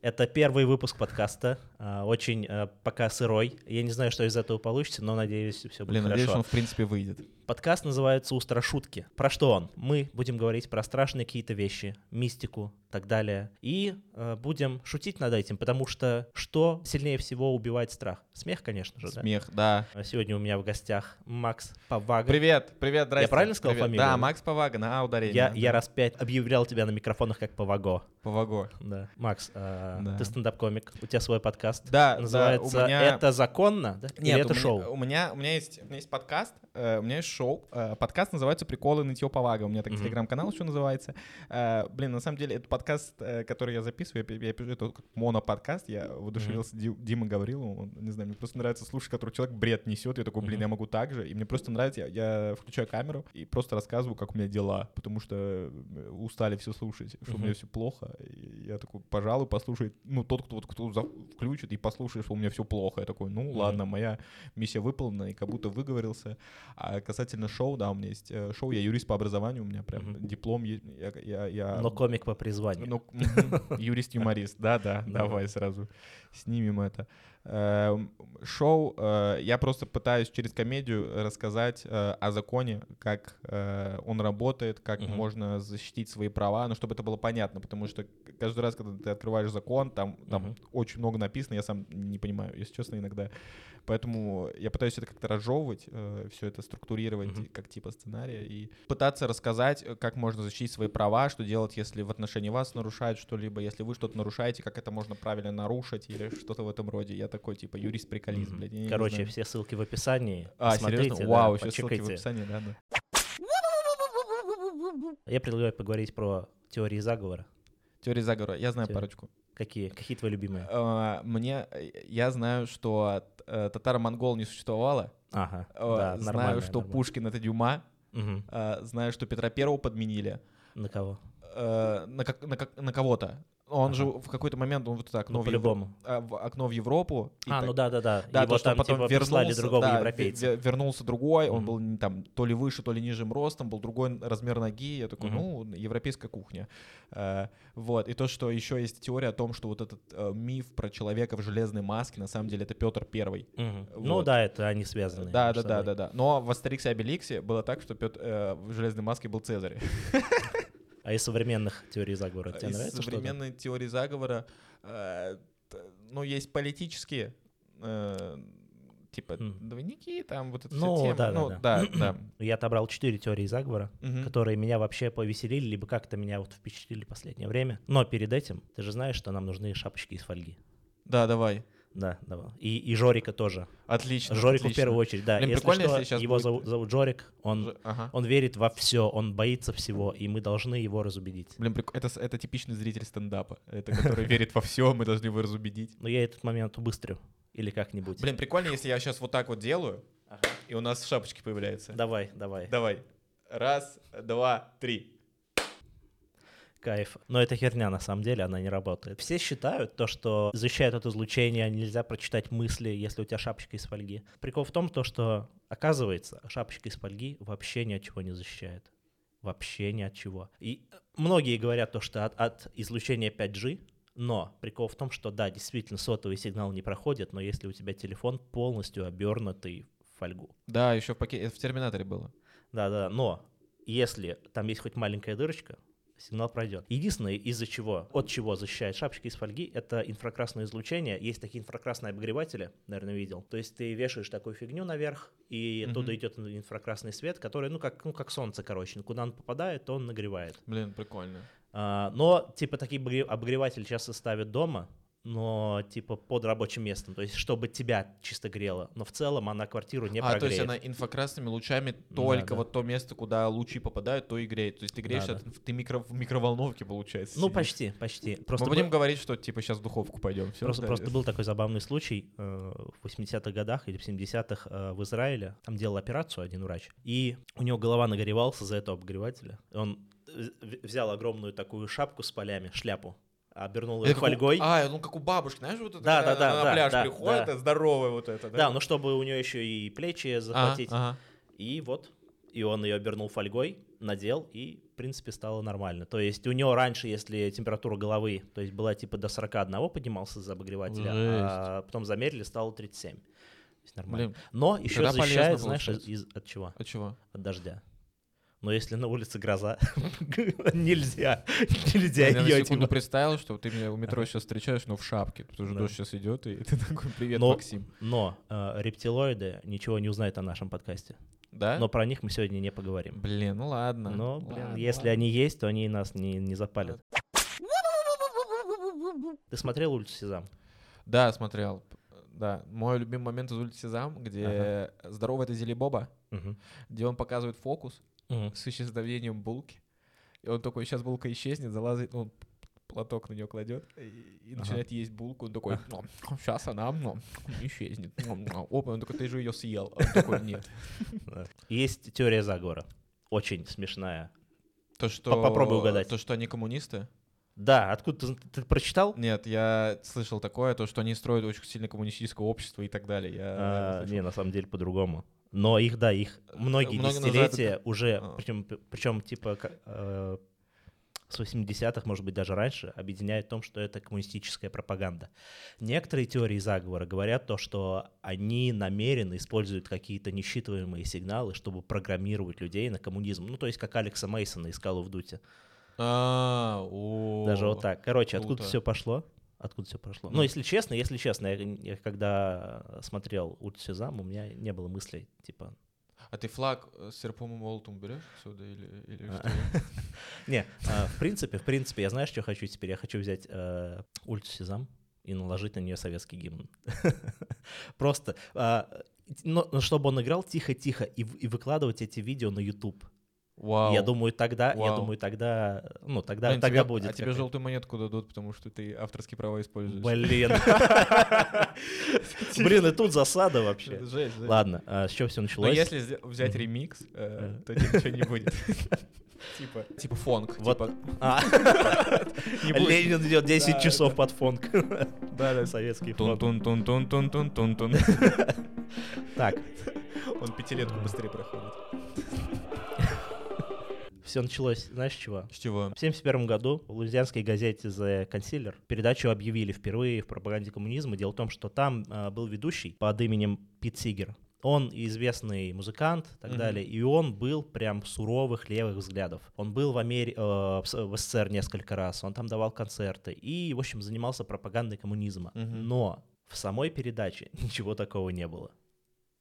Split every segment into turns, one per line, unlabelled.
Это первый выпуск подкаста, а, очень а, пока сырой. Я не знаю, что из этого получится, но надеюсь, все будет
Ну, Блин,
хорошо.
надеюсь, он в принципе выйдет.
Подкаст называется «Устрашутки». Про что он? Мы будем говорить про страшные какие-то вещи, мистику и так далее. И э, будем шутить над этим, потому что что сильнее всего убивает страх? Смех, конечно же, да?
Смех, да.
А Сегодня у меня в гостях Макс Павага.
Привет, привет, здрасте.
правильно сказал
Привет.
фамилию?
Да, Макс Повага, на А ударение.
Я,
Да.
я раз пять объявлял тебя на микрофонах как Паваго.
Поваго.
Да. Макс, э,
Да.
ты стендап-комик, у тебя свой подкаст.
Да, да,
Называется
у меня-
«Это законно?» да? Или
Нет,
это
у меня,
шоу?
У меня, у меня есть, у меня есть подкаст, э, у меня есть шоу. э, подкаст называется «Приколы нытье повага». У меня так
Мгм.
телеграм-канал еще называется. Э, блин, на самом деле, это подкаст, э, который я записываю, я, пи- я пишу, это как моноподкаст. Я воодушевился Ди- Димой Гавриловым, он, не знаю, мне просто нравится слушать, который человек бред несет. Я такой, блин,
Мгм.
я могу так же. И мне просто нравится, я, я включаю камеру и просто рассказываю, как у меня дела, потому что э, устали все слушать, что у
Мгм.
меня все плохо. И я такой, пожалуй, послушает, ну, тот, кто, вот, кто за- включит и послушает, что у меня все плохо. Я такой, ну,
Мгм.
ладно, моя миссия выполнена, и как будто выговорился. А касательно шоу, да, у меня есть э, шоу, я юрист по образованию, у меня прям
Мгм.
диплом есть, я... я, я-
Но комик по призванию.
а, ну, мгм, юрист-юморист, да-да,
Да.
давай сразу снимем это. Эм, Шоу, э, я просто пытаюсь через комедию рассказать э, о законе, как э, он работает, как
Мгм.
можно защитить свои права, но чтобы это было понятно, потому что каждый раз, когда ты открываешь закон, там, там
Мгм.
очень много написано, я сам не понимаю, если честно, иногда. Поэтому я пытаюсь это как-то разжевывать, все это структурировать
Мгм.
как типа сценария и пытаться рассказать, э, как можно защитить свои права, что делать, если в отношении вас нарушают что-либо, если вы что-то нарушаете, как это можно правильно нарушить или что-то в этом роде. Я такой типа юрист-приколист,
Мгм.
блядь. я не
Короче,
знаю.
все ссылки в описании.
А,
Посмотрите,
серьезно?
да,
Вау, все ссылки в
почекайте.
описании, да, да.
Я предлагаю поговорить про теории заговора.
Теория заговора, я знаю
Теория.
парочку.
Какие? Какие твои любимые?
Э, Мне, э, я знаю, что э, татаро-монгол не существовало,
Ага,
Э,
да,
знаю,
нормальные,
что
нормальные.
Пушкин — это Дюма,
Мгм.
э, знаю, что Петра Первого подменили,
На кого?
э, на, как- на как- на кого-то. Он
Ага.
же в какой-то момент он вот это окно
Ну,
в Европу,
по-любому.
а, в окно в Европу. и
А,
так-
ну да-да-да.
да,
Его
то, что
там
потом
типа прислали
вернулся,
другого
да,
европейца.
ве- ве- вернулся другой, он
Мгм.
был м, там то ли выше, то ли ниже ростом, был другой размер ноги. Я такой,
Мгм.
ну, европейская кухня. Э, вот. И то, что еще есть теория о том, что вот этот э, миф про человека в железной маске, на самом деле это Петр Первый.
Мгм. Ну
вот.
да, это они связаны.
Да, да,
между
да,
собой.
да, да. Но в Астериксе и Обеликсе было так, что Петр, в железной маске был Цезарь.
А из современных теорий заговора тебе
Э, Из
нравится что-то?
современной теории заговора, э, т- ну, есть политические, э, типа,
Мгм.
двойники, там вот это
Хм. Ну,
все темы.
да, да,
ну,
да.
да, да.
Я отобрал четыре теории заговора,
Мгм.
которые меня вообще повеселили, либо как-то меня вот впечатлили в последнее время. Но перед этим, ты же знаешь, что нам нужны шапочки из фольги.
Да, давай.
Да, давай. И, и Жорика тоже.
Отлично.
Жорику в
отлично.
первую очередь, да.
Блин,
если
прикольно,
что,
если сейчас
его
будет-
зовут, зовут Жорик, он,
Ж- Ага.
он верит во все, он боится всего, и мы должны его разубедить.
Блин, прик- это, с- это типичный зритель стендапа, это который верит во все, мы должны его разубедить.
Но я этот момент убыстрю. Или как-нибудь.
Блин, прикольно, если я сейчас вот так вот делаю,
Ага.
и у нас шапочки появляются.
Давай, давай.
Давай. Раз, два, три.
Кайф. Но это херня, на самом деле, она не работает. Все считают то, что защищают от излучения, нельзя прочитать мысли, если у тебя шапочка из фольги. Прикол в том, то, что, оказывается, шапочка из фольги вообще ни от чего не защищает. Вообще ни от чего. И многие говорят то, что от, от излучения 5G, но прикол в том, что да, действительно, сотовый сигнал не проходит, но если у тебя телефон полностью обернутый в фольгу.
Да, еще в пакете, это в Терминаторе было.
Да, да, но если там есть хоть маленькая дырочка, сигнал пройдет. Единственное, из-за чего, от чего защищает шапочки из фольги, это инфракрасное излучение. Есть такие инфракрасные обогреватели, наверное, видел. То есть ты вешаешь такую фигню наверх, и
Мгм.
оттуда идет инфракрасный свет, который, ну как, ну, как солнце, короче. Куда он попадает, то он нагревает.
Блин, прикольно.
А, но, типа, такие обогре- обогреватели часто ставят дома, но, типа, под рабочим местом. То есть, чтобы тебя чисто грело. Но в целом она квартиру не
а,
прогреет.
то есть она инфракрасными лучами
Да,
только
да.
вот то место, куда лучи попадают, то и греет. То есть ты греешься,
Да,
ты микро, в микроволновке, получается.
Ну,
сидишь.
почти, почти. Просто
Мы
бы-
будем говорить, что типа сейчас в духовку пойдем. Все,
Просто, просто был такой забавный случай э, в 80-х годах или в 70-х э, в Израиле. Там делал операцию один врач, и у него голова нагревался за этого обогревателя. И Он э, в- взял огромную такую шапку с полями, шляпу, обернул ее фольгой.
А, ну как у бабушки, знаешь, вот это,
Да,
когда
да,
она
да,
на пляж
да,
приходит, а
да. ну,
здоровая вот это.
Да, но чтобы у нее еще и плечи
Ага,
захватить.
ага.
И вот. и он ее обернул фольгой, надел, и, в принципе, стало нормально. То есть у него раньше, если температура головы, то есть была типа до 41 поднимался из-за обогревателя, а потом замерили, стало 37. То есть нормально.
Блин,
Но еще
тогда
защищает,
полезно
знаешь, из-
получается.
из- от чего?
а чего?
От дождя. Но если на улице гроза, нельзя, нельзя
Я на
ее
секунду представил, что ты меня у метро сейчас встречаешь, но в шапке, потому
типа-
что
Да.
дождь сейчас идет, и ты такой, привет,
Но-
Максим.
Но э, рептилоиды ничего не узнают о нашем подкасте.
Да?
Но про них мы сегодня не поговорим.
Блин, ну ладно.
Но, блин,
ладно,
если
ладно.
они есть, то они нас не, не запалят. Ты смотрел «Улицу Сезам»?
Да, смотрел. Да, мой любимый момент из «Улицы Сезам», где «Здорово, это Зелебоба»,
Мгм.
где он показывает фокус
Мгм.
с исчезновением булки. И он такой, сейчас булка исчезнет, залазит, ну, он платок на нее кладет и, и
Ага.
начинает есть булку. Он такой, сейчас она м, исчезнет. М, м». Опа, он такой, ты же ее съел. А Он такой, нет.
Да. Есть теория заговора. Очень смешная.
То, что,
попробуй угадать.
То, что они коммунисты?
Да, откуда ты, ты прочитал?
Нет, я слышал такое, то, что они строят очень сильно коммунистическое общество и так далее. Я
А,
слышал.
не, на самом деле по-другому. Но их, да, их многие
Много назад
десятилетия уже,
А.
причем, причем типа к- э, с 80-х, может быть, даже раньше, объединяет в том, что это коммунистическая пропаганда. Некоторые теории заговора говорят то, что они намеренно используют какие-то несчитываемые сигналы, чтобы программировать людей на коммунизм. Ну, то есть как Алекса Мейсона из Call of Duty.
А, о.
Даже вот так. Короче, откуда
круто.
все пошло? Откуда все пошло?
Ну.
Ну, если честно, если честно, я, я когда э, смотрел «Улицу Сезам», у меня не было мыслей, типа...
А ты флаг э, с серпом и молотом берешь отсюда или, или
а.
что?
Не, а, в принципе, в принципе, я знаю, что хочу теперь. Я хочу взять э, «Улицу Сезам» и наложить на нее советский гимн. Просто... а, Но, но чтобы он играл тихо-тихо и, в- и выкладывать эти видео на YouTube.
Вау.
Я думаю, тогда, я
Вау.
думаю, тогда, ну, тогда,
Блин,
тогда
тебе-
будет.
А тебе
какая-то-
желтую монетку дадут, потому что ты авторские права используешь.
Блин. Блин, и тут засада вообще.
Жесть, жесть.
Ладно, а с чего все
Но
началось?
если взя- взять
Мгм.
ремикс, э,
Э.
то тебе ничего не будет. Типа, типа фонг.
Вот.
типа,
А,
не будет.
Ленин идет 10
Да,
часов под фонг.
Да, да.
Советский фонг.
Тун-тун-тун-тун-тун-тун-тун.
Так,
Он пятилетку быстрее проходит.
все началось, знаешь, с чего?
С чего?
В 1971 году в луизианской газете «The Concealer» передачу объявили впервые в пропаганде коммунизма. Дело в том, что там э, был ведущий под именем Пит Сигер. Он известный музыкант и так
Мгм.
далее, и он был прям суровых левых взглядов. Он был в, Амери... э, в С- в СССР несколько раз, он там давал концерты и, в общем, занимался пропагандой коммунизма.
Мгм.
Но в самой передаче ничего такого не было.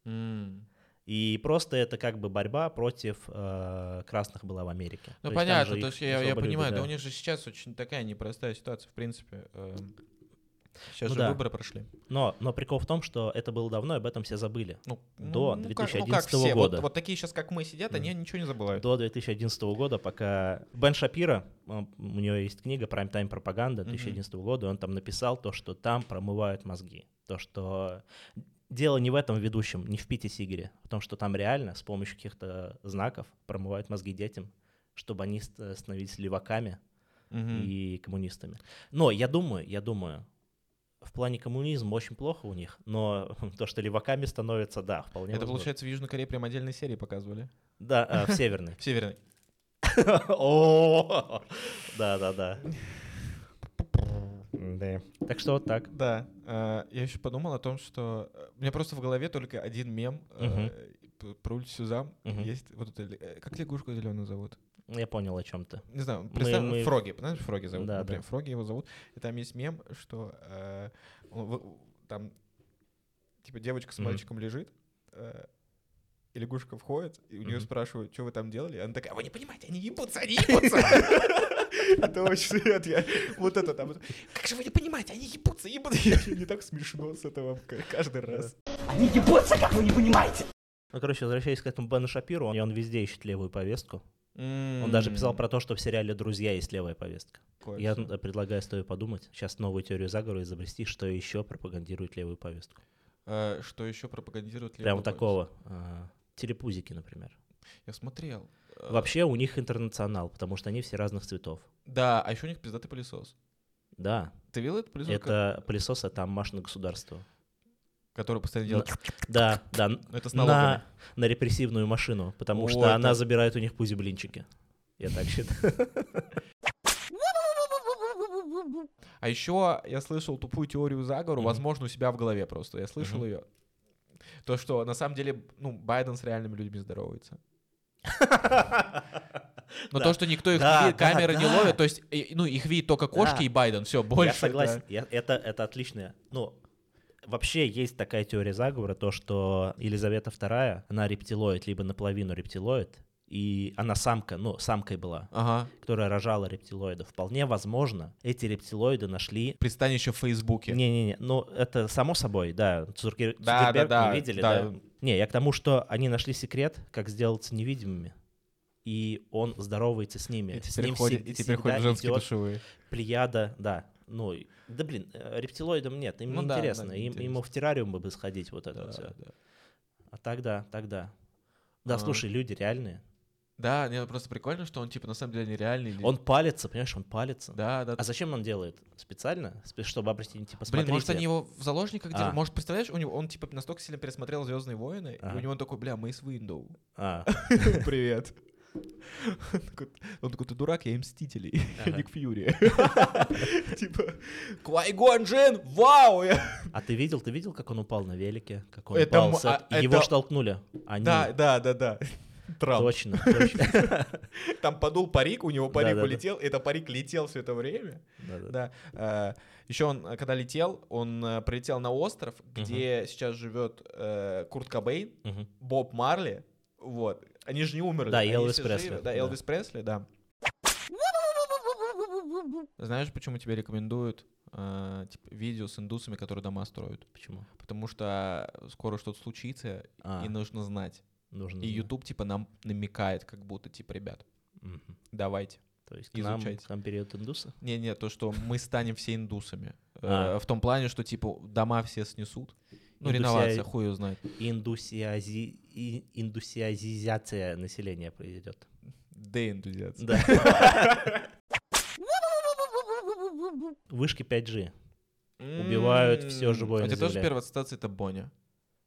М. Ну,
И просто это как бы борьба против э, красных была в Америке.
Ну
То есть там
понятно,
же
то
их
есть я, я
особо любят,
понимаю,
да.
да у них же сейчас очень такая непростая ситуация, в принципе. эм, Сейчас
Ну
же
да.
выборы прошли.
Но, но прикол в том, что это было давно, и об этом все забыли.
Ну,
До
ну, как- ну,
2011
как все. Вот-
года.
Вот, такие сейчас, как мы, сидят, они ничего не забывают.
До 2011 года, пока Бен Шапира, он- у него есть книга «Прайм-тайм пропаганда»
Мгм.
2011 года, и он там написал то, что там промывают мозги. То, что дело не в этом ведущем, не в Пите Сигере, а в том, что там реально с помощью каких-то знаков промывают мозги детям, чтобы они ст- становились леваками,
Мгм.
и коммунистами. Но я думаю, я думаю, в плане коммунизма очень плохо у них, но то, что леваками становятся, да, вполне
Это,
возможно.
получается, в Южной Корее прям отдельной серии показывали.
Да, а, в Северной.
В Северной.
О, Да-да-да. Так что вот так.
Да, э, я еще подумал о том, что э, у меня просто в голове только один мем э, п- про улицу Сюзам.
Мгм.
Есть вот это, ли- э, как лягушку зеленую зовут?
Я понял, о чем ты.
Не знаю, представь,
мы-
Фроги, знаешь, Фроги зовут,
Да,
например,
да.
Фроги его зовут. И там есть мем, что э, он в- там типа девочка с
Мгм.
мальчиком лежит, э, и лягушка входит, и у нее
Мгм.
спрашивают, что вы там делали, и она такая, вы не понимаете, они ебутся, они ебутся. Это очень смеет, я вот это там. Как же вы не понимаете, они ебутся, ебутся. Не так смешно с этого к- каждый раз.
Они ебутся, как вы не понимаете.
Ну, короче, возвращаясь к этому Бену Шапиру, он, он везде ищет левую повестку.
Он
Он даже писал про то, что в сериале «Друзья» есть левая повестка. Я э, предлагаю с тобой подумать, сейчас новую теорию заговора изобрести, что еще пропагандирует левую повестку.
А, Что еще пропагандирует
Прямо
левый
такого. а, Телепузики, например.
полюс? Я смотрел. Э,
Вообще у них интернационал, потому что они все разных цветов.
Да, а еще у них пиздатый пылесос.
Да, а
Ты видел этот пылесос?
это пылесос, это аммаш на государство.
который постоянно делает... ну,
Да, да. н-
Это с налогами.
На, на репрессивную машину, потому
О,
что
это-
она забирает у них пузи-блинчики. Я так считаю.
А еще я слышал тупую теорию заговора,
Мгм.
возможно, у себя в голове просто. Я слышал
Мгм.
ее. То, что на самом деле, ну, Байден с реальными людьми здоровается. Но
Да.
то, что никто их
Да,
не видит,
да,
камеры не
да.
ловят, то есть, и- ну, их видит только кошки
Да.
и Байден, все, больше.
Я
да.
согласен. Я- Это, это отличная. Ну, вообще есть такая теория заговора, то, что Елизавета II, она рептилоид, либо наполовину рептилоид, и она самка, ну, самкой была,
Ага.
которая рожала рептилоидов. Вполне возможно, эти рептилоиды нашли...
Пристанище в Фейсбуке.
Не-не-не, ну, это само собой, да. Цукер-
Да,
Цукерберг
да,
мы
да,
видели,
да.
да. Не, я к тому, что они нашли секрет, как сделаться невидимыми. И он здоровается с ними.
И
с
теперь
ним
ходит,
всег-
и теперь
всегда
ходят женские
идет
душевые.
Плеяда, да. Ну, и- да блин, э, рептилоидам нет, им
Ну да, да,
неинтересно. им,
неинтересно.
Ему в террариум бы сходить вот это
Да,
все.
да.
А тогда, тогда. Да,
А.
слушай, люди реальные.
Да, не, ну, просто прикольно, что он, типа, на самом деле нереальный.
Он палится, понимаешь, он палится.
Да, да.
А зачем он делает? Специально? Спе- Чтобы обратить, типа,
Блин,
смотрите.
может, они его в заложниках держат?
А.
Может, представляешь, у него, он, типа, настолько сильно пересмотрел Звездные войны, и
Ага.
у него он такой, бля, мы из Windows.
А,
Привет. Он такой- Он такой, ты дурак, я им Мстители, я
Ага.
Ник Фьюри. Типа, Квайгон Джин, вау! я-»
а ты видел, ты видел, как он упал на велике? Как он
Это
упал
м-
с эт-
а,
Его
это-
штолкнули. Они.
Да, да, да, да. Трамп.
Точно, точно.
Там подул парик, у него парик
Да-да-да.
улетел, это парик летел все это время.
Да-да-да.
Да. Еще он, э, когда летел, он э, прилетел на остров, где сейчас живет э, Курт Кобейн,
Мгм.
Боб Марли, вот. Они же не умерли.
Да, и
они
Элвис
все
Пресли,
живы.
да.
Да, Элвис Пресли, да. Знаешь, почему тебе рекомендуют э, типа, видео с индусами, которые дома строят?
Почему?
Потому что скоро что-то случится,
А,
и нужно знать.
нужно.
И YouTube, типа, нам намекает, как будто, типа, ребят,
Мгм.
давайте.
То есть к нам,
Изучайте.
к нам период индуса?
Не-не, то, что мы станем все индусами.
А.
Э, В том плане, что, типа, дома все снесут. Ну,
Индуся-
реновация, хуй его знает.
индусиази... и- индусиазизация населения произойдет.
Деиндузиация.
Да. Вышки 5G. Убивают всё
М,
живое
У
на
тебя тоже
Земле.
первая цитация — это Боня.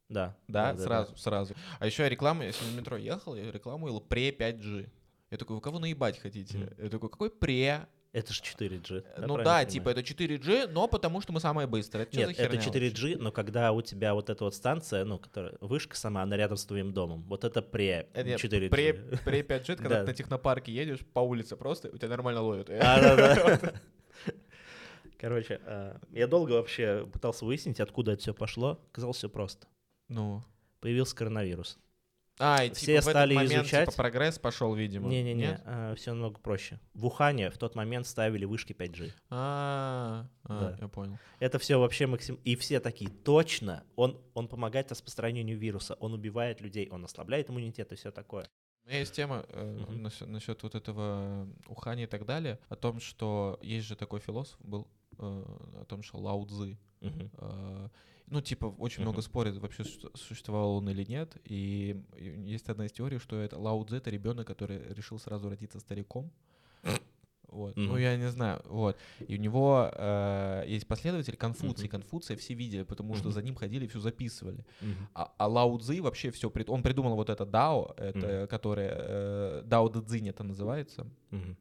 Да.
Да, сразу, сразу. А еще я рекламу, я сегодня в метро ехал, я рекламу ел пре 5G. Я такой, вы кого наебать хотите?
Мгм.
Я такой, какой пре?
Это же 4G.
ну
правильно
да,
понимаю?
типа это 4G, но потому что мы самые быстрые. Это чё
Нет,
за
это
херня
4G, но когда у тебя вот эта вот станция, ну, которая вышка сама, она рядом с твоим домом. Вот это пре
вообще? Э, нет,
4G.
Пре, пре 5G, это когда
Да.
ты на технопарке едешь по улице просто, у тебя нормально ловят.
А, да, да. Короче, а, я долго вообще пытался выяснить, откуда это все пошло. Казалось, все просто.
Ну.
Появился коронавирус.
А, и
Все
типа в этот
стали
момент
изучать.
типа, прогресс пошел, видимо.
Не-не-не,
Нет?
все намного проще. В Ухане в тот момент ставили вышки 5G.
А, а,
Да.
я понял.
Это все вообще максим... И все такие, точно, он, он помогает распространению вируса, он убивает людей, он ослабляет иммунитет и все такое.
У меня есть тема э,
Мгм.
насчет, вот этого э, ухания и так далее, о том, что есть же такой философ был, э, о том, что Лао Цзы,
Мгм.
э, ну, типа, очень
Мгм.
много спорят, вообще су- существовал он или нет, и и есть одна из теорий, что это Лао Цзы — это ребенок, который решил сразу родиться стариком, вот. Ну,
Мгм.
я не знаю, вот. И у него э, есть последователь Конфуций.
Мгм.
Конфуция все видели, потому что
Мгм.
за ним ходили и все записывали.
Мгм.
А, а Лао Цзи вообще все, он придумал вот это Дао, это,
Мгм.
которое э, Дао Дэ Цзинь это называется.
Мгм.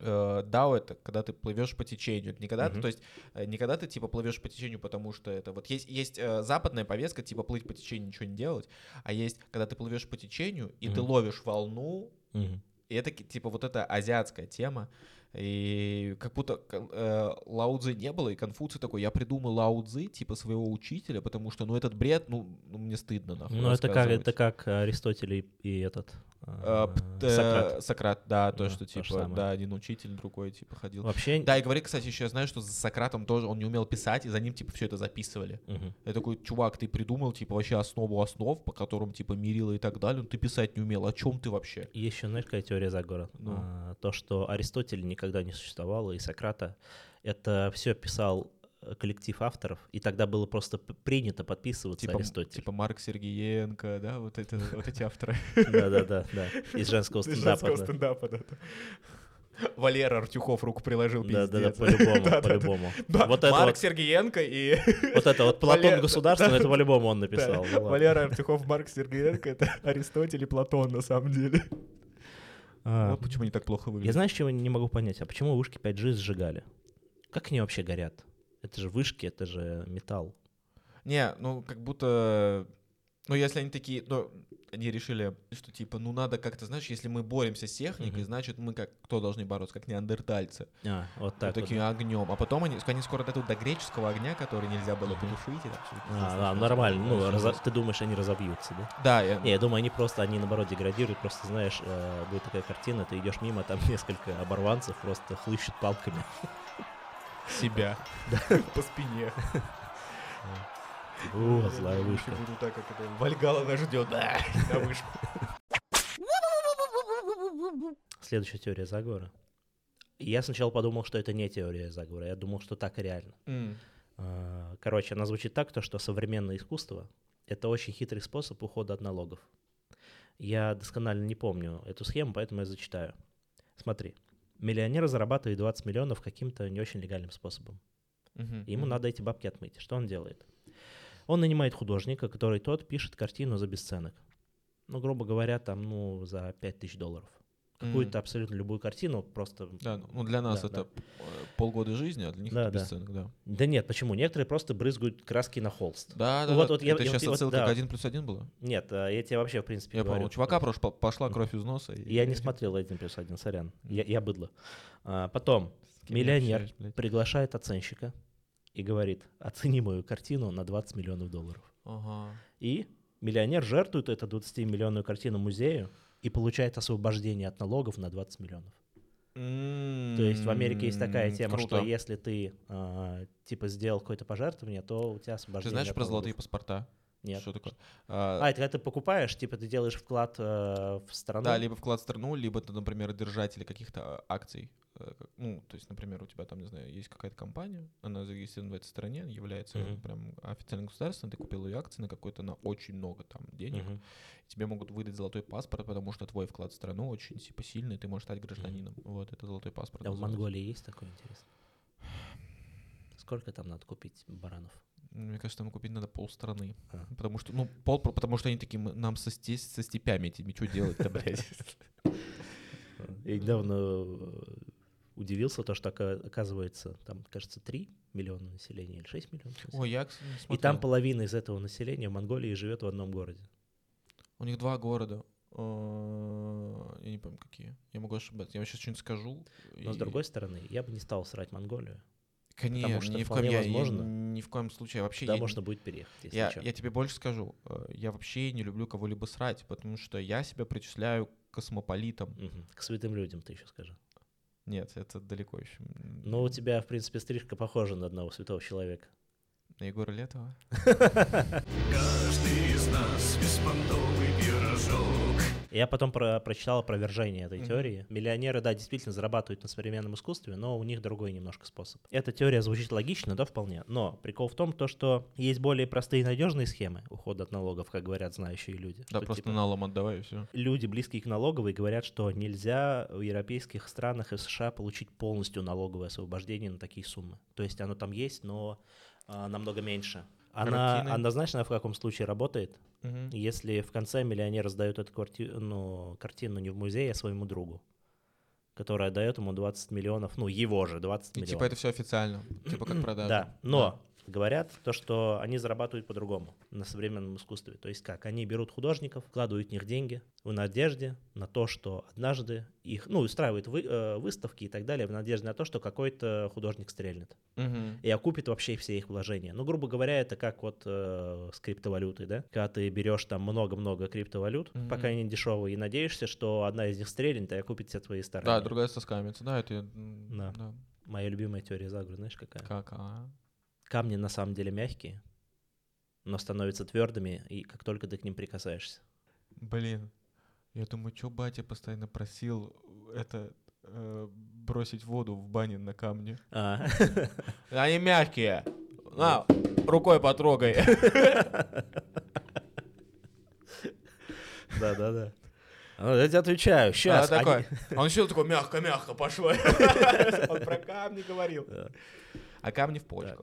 Э, Дао это когда ты плывешь по течению, это не когда ты,
Мгм.
то есть э, не когда ты типа плывешь по течению, потому что это вот есть есть э, западная повестка типа плыть по течению ничего не делать, а есть когда ты плывешь по течению и ты
Мгм.
ловишь волну,
Мгм.
и это ки- типа вот эта азиатская тема. И как будто кон- э, Лао Цзы не было, и Конфуций такой, я придумал Лао Цзы, типа своего учителя, потому что, ну, этот бред, ну, ну, мне стыдно, нахуй,
Ну, это как,
рассказывать».
это как Аристотель и, и этот
Э,
а,
пт- э,
Сократ.
Сократ, да, то,
Да,
что,
то же
типа,
самое.
да, один учитель, другой, типа, ходил.
Вообще...
Да, и говорит, кстати, еще я знаю, что за Сократом тоже он не умел писать, и за ним, типа, все это записывали.
Мгм.
Я такой, чувак, ты придумал, типа, вообще основу основ, по которым, типа, мерила и так далее, но ты писать не умел, о чем ты вообще?
Еще, знаешь, какая теория заговора?
Ну.
А, то, что Аристотель никогда не существовал, и Сократа, это все писал э, коллектив авторов, и тогда было просто п- принято подписываться
Типа, м-
Аристотель.
типа Марк Сергеенко, да, вот, это, вот эти авторы.
Да-да-да, да. из женского стендапа. да.
стендапа, да. Валера Артюхов руку приложил,
Да,
пиздец.
да, да, по-любому,
Да, да,
по-любому.
Да,
Вот это
Марк
вот,
Сергеенко и...
вот это вот
Валер-
Платон государственный, это по-любому он
Да,
написал. ну ладно.
Валера Артюхов, Марк Сергеенко — это Аристотель и Платон, на самом деле.
А,
Вот ну почему они так плохо
Я
выглядят.
знаешь, чего не могу понять, а почему вышки 5G сжигали? Как они вообще горят? Это же вышки, это же металл.
Не, ну, как будто... Ну, если они такие... Ну, они решили, что типа, ну, надо как-то, знаешь, если мы боремся с техникой,
Мгм.
значит, мы как... Кто должны бороться? Как неандертальцы.
А, вот
Вот
так вот.
таким огнем. А потом они, они скоро дойдут до греческого огня, который нельзя было
Мгм.
потушить. и это абсолютно
А,
ужасно,
да,
ужасно,
нормально. Ну,
ужасно,
разо-
ужасно.
ты думаешь, они разобьются, да?
Да, я...
Не, я думаю, они просто, они наоборот деградируют, просто знаешь, э, будет такая картина, ты идешь мимо, там несколько оборванцев просто хлыщут палками.
себя по спине.
О, злая вышка.
Буду так, как это Вальгала нас ждет. Да, на вышку.
Следующая теория заговора. Я сначала подумал, что это не теория заговора, я думал, что так реально.
М.
А, Короче, она звучит так, то, что современное искусство — это очень хитрый способ ухода от налогов. Я досконально не помню эту схему, поэтому я зачитаю. Смотри. Миллионер зарабатывает 20 миллионов каким-то не очень легальным способом.
Мгм.
И Ему надо эти бабки отмыть. Что он делает? Он нанимает художника, который тот пишет картину за бесценок. Ну, грубо говоря, там, ну, за 5000 долларов.
М.
Какую-то абсолютно любую картину, просто...
Да, ну для нас
Да, да.
это э, полгода жизни, а для них
Да,
это
да. Ну
бесценок, да.
Да нет, почему? Некоторые просто брызгают краски на холст.
Да, да,
Вот-
да,
вот я-
это
я-
сейчас
и вот,
отсылка
да.
к 1 плюс 1 была.
Нет, а я тебе вообще, в принципе,
Я
говорю,
понял, у чувака
что-
просто пошла- пошла кровь из носа. и-
Я не смотрел один плюс один, сорян. Я, я быдло. А, потом
С кем я
миллионер.
общаюсь, блядь.
приглашает оценщика и говорит, оцени мою картину на 20 миллионов долларов.
Ага.
И миллионер жертвует эту 20-миллионную картину музею и получает освобождение от налогов на 20 миллионов. То есть в Америке есть такая
М,
тема,
круто.
что если ты а, типа сделал какое-то пожертвование, то у тебя
Ты
освобождение
знаешь
от
про
налогов.
золотые паспорта?
Нет.
Что такое?
А, это когда ты покупаешь, типа ты делаешь вклад э, в страну.
Да, либо вклад в страну, либо это, например, держатели каких-то а, акций. Э, как- Ну, то есть, например, у тебя там, не знаю, есть какая-то компания, она зарегистрирована в этой стране, она является
Мгм.
прям официально государственной, ты купил ее акции на какой-то, на очень много там денег.
Мгм.
Тебе могут выдать золотой паспорт, потому что твой вклад в страну очень типа сильный, ты можешь стать гражданином. Вот, это золотой паспорт.
А в
называется.
Монголии есть такое интересно? Сколько там надо купить баранов?
Мне кажется, там купить надо полстраны.
А.
Потому что, ну, пол, потому что они такие, «Мы- нам со, сте- со степями этими что делать-то, блядь?
Я недавно э, удивился, то, что ока- оказывается, там, кажется, 3 миллиона населения или 6 миллионов населения.
Ой, я, кстати, не
И там
смотрел.
половина из этого населения в Монголии живет в одном городе.
У них два города. Э, Я не помню, какие. Я могу ошибаться. Я вам сейчас что-нибудь скажу.
Но с
и-
другой стороны, я бы не стал срать Монголию.
Конечно,
что
ни в коем
вполне
я- я
возможно.
Ни в коем случае. Вообще,
Туда
я
можно будет переехать, если
Я,
чё.
я тебе больше скажу. Э, Я вообще не люблю кого-либо срать, потому что я себя причисляю к космополитам.
Мгм. К святым людям ты еще скажи.
Нет, это далеко еще.
Но у тебя, в принципе, стрижка похожа на одного святого человека.
На Егора Летова.
Каждый из нас беспонтовый пирожок.
Я потом про- прочитал опровержение этой
Мгм.
теории. Миллионеры, да, действительно зарабатывают на современном искусстве, но у них другой немножко способ. Эта теория звучит логично, да, вполне. Но прикол в том, то, что есть более простые и надежные схемы ухода от налогов, как говорят знающие люди.
Да,
Что,
просто
типа,
налом отдавай и все.
Люди, близкие к налоговой, говорят, что нельзя в европейских странах и в США получить полностью налоговое освобождение на такие суммы. То есть оно там есть, но а, намного меньше. Она,
Картины.
она, знаешь, она в каком случае работает? Если в конце миллионер сдает эту кварти- ну, картину не в музей, а своему другу, который отдает ему 20 миллионов, ну, его же 20
И
миллионов.
типа это все официально. Типа как продажа.
Да, но говорят то, что они зарабатывают по-другому на современном искусстве. То есть как? Они берут художников, вкладывают в них деньги в надежде на то, что однажды их, ну, устраивают вы- э, выставки и так далее, в надежде на то, что какой-то художник стрельнет
Мгм.
и окупит вообще все их вложения. Ну, грубо говоря, это как вот э, с криптовалютой, да? Когда ты берешь там много-много криптовалют,
Мгм.
пока они дешевые, и надеешься, что одна из них стрельнет и окупит все твои старания.
Да, другая соскамится. Да, это... м,
Да.
да.
Моя любимая теория заговора, знаешь, какая?
Как, а?
Камни на самом деле мягкие, но становятся твердыми, и как только ты к ним прикасаешься.
Блин, я думаю, что батя постоянно просил это э, бросить воду в бане на камне.
А,
Они мягкие. На, рукой потрогай.
Да-да-да. А, Я тебе отвечаю, сейчас.
А такой, Он сидел такой, мягко-мягко пошло. Он про камни говорил. А камни в почках.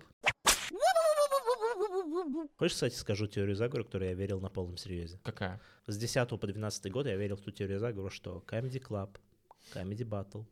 Хочешь, кстати, скажу теорию заговора, которую я верил на полном серьезе?
Какая?
С 10 по 12 год я верил в ту теорию заговора, что Comedy Club, Comedy Battle,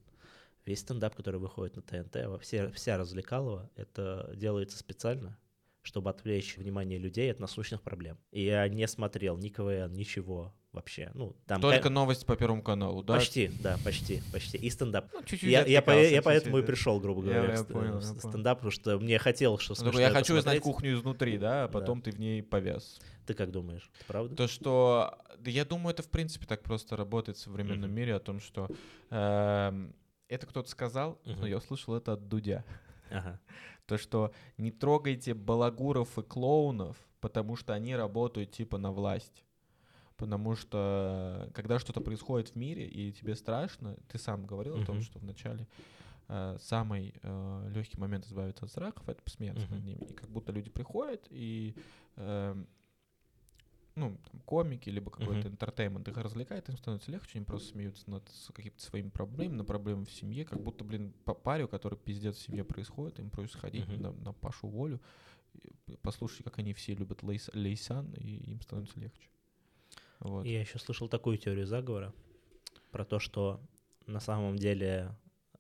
весь стендап, который выходит на ТНТ, во- все, вся развлекалова, это делается специально, чтобы отвлечь внимание людей от насущных проблем. И я не смотрел ни КВН, ничего вообще. Ну, там
Только
ка-
новости по Первому каналу, да?
Почти, да, почти, почти. И стендап.
Ну, чуть-чуть
Я, я по-
отвлекался,
я поэтому и
чуть-чуть, да.
пришел, грубо
Я-
говоря,
я
в ст-
понял,
в
я понял.
стендап, потому что мне хотелось, что
Он такой,
смешное
Ну, я хочу узнать
посмотреть».
кухню изнутри, а да, а
Да.
потом ты в ней повяз.
Ты как думаешь? Это правда?
То, что... Да я думаю, это в принципе так просто работает в современном
Мгм.
мире, о том, что... эм, Это кто-то сказал, но
Мгм.
я услышал это от Дудя.
Ага.
То, что не трогайте балагуров и клоунов, потому что они работают типа на власть. Потому что э, когда что-то происходит в мире и тебе страшно, ты сам говорил о том,
Мгм.
что вначале э, самый легкий момент избавиться от страхов это посмеяться над
Мгм.
ними. И как будто люди приходят и эм, ну, там, комики, либо какой-то
Мгм.
интертеймент их развлекает, им становится легче, они просто смеются над с- какими-то своими проблемами, на проблемы в семье, как будто, блин, по паре, у которой пиздец в семье происходит, им проще сходить
Мгм.
на, на Пашу Волю, и послушать, как они все любят Лейс- Лейсан, и им становится легче. Вот.
Я еще слышал такую теорию заговора про то, что на самом деле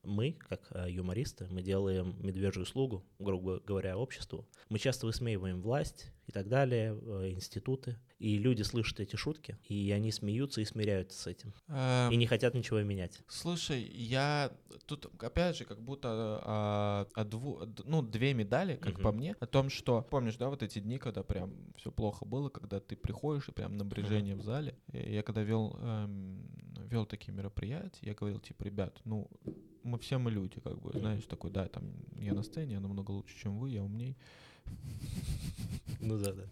мы, как э, юмористы, мы делаем медвежью услугу, грубо говоря, обществу. Мы часто высмеиваем власть и так далее, э, институты. И люди слышат эти шутки, и они смеются и смиряются с этим.
Эм,
И не хотят ничего менять.
Слушай, я тут опять же как будто а, о дву- д- ну две медали, как
Мгм.
по мне, о том, что помнишь, да, вот эти дни, когда прям все плохо было, когда ты приходишь и прям напряжение в зале. И Я когда вел эм, вел такие мероприятия, я говорил типа, ребят, ну мы все мы люди, как бы, знаешь, такой, да, там я на сцене, я намного лучше, чем вы, я умней.
Ну да, да.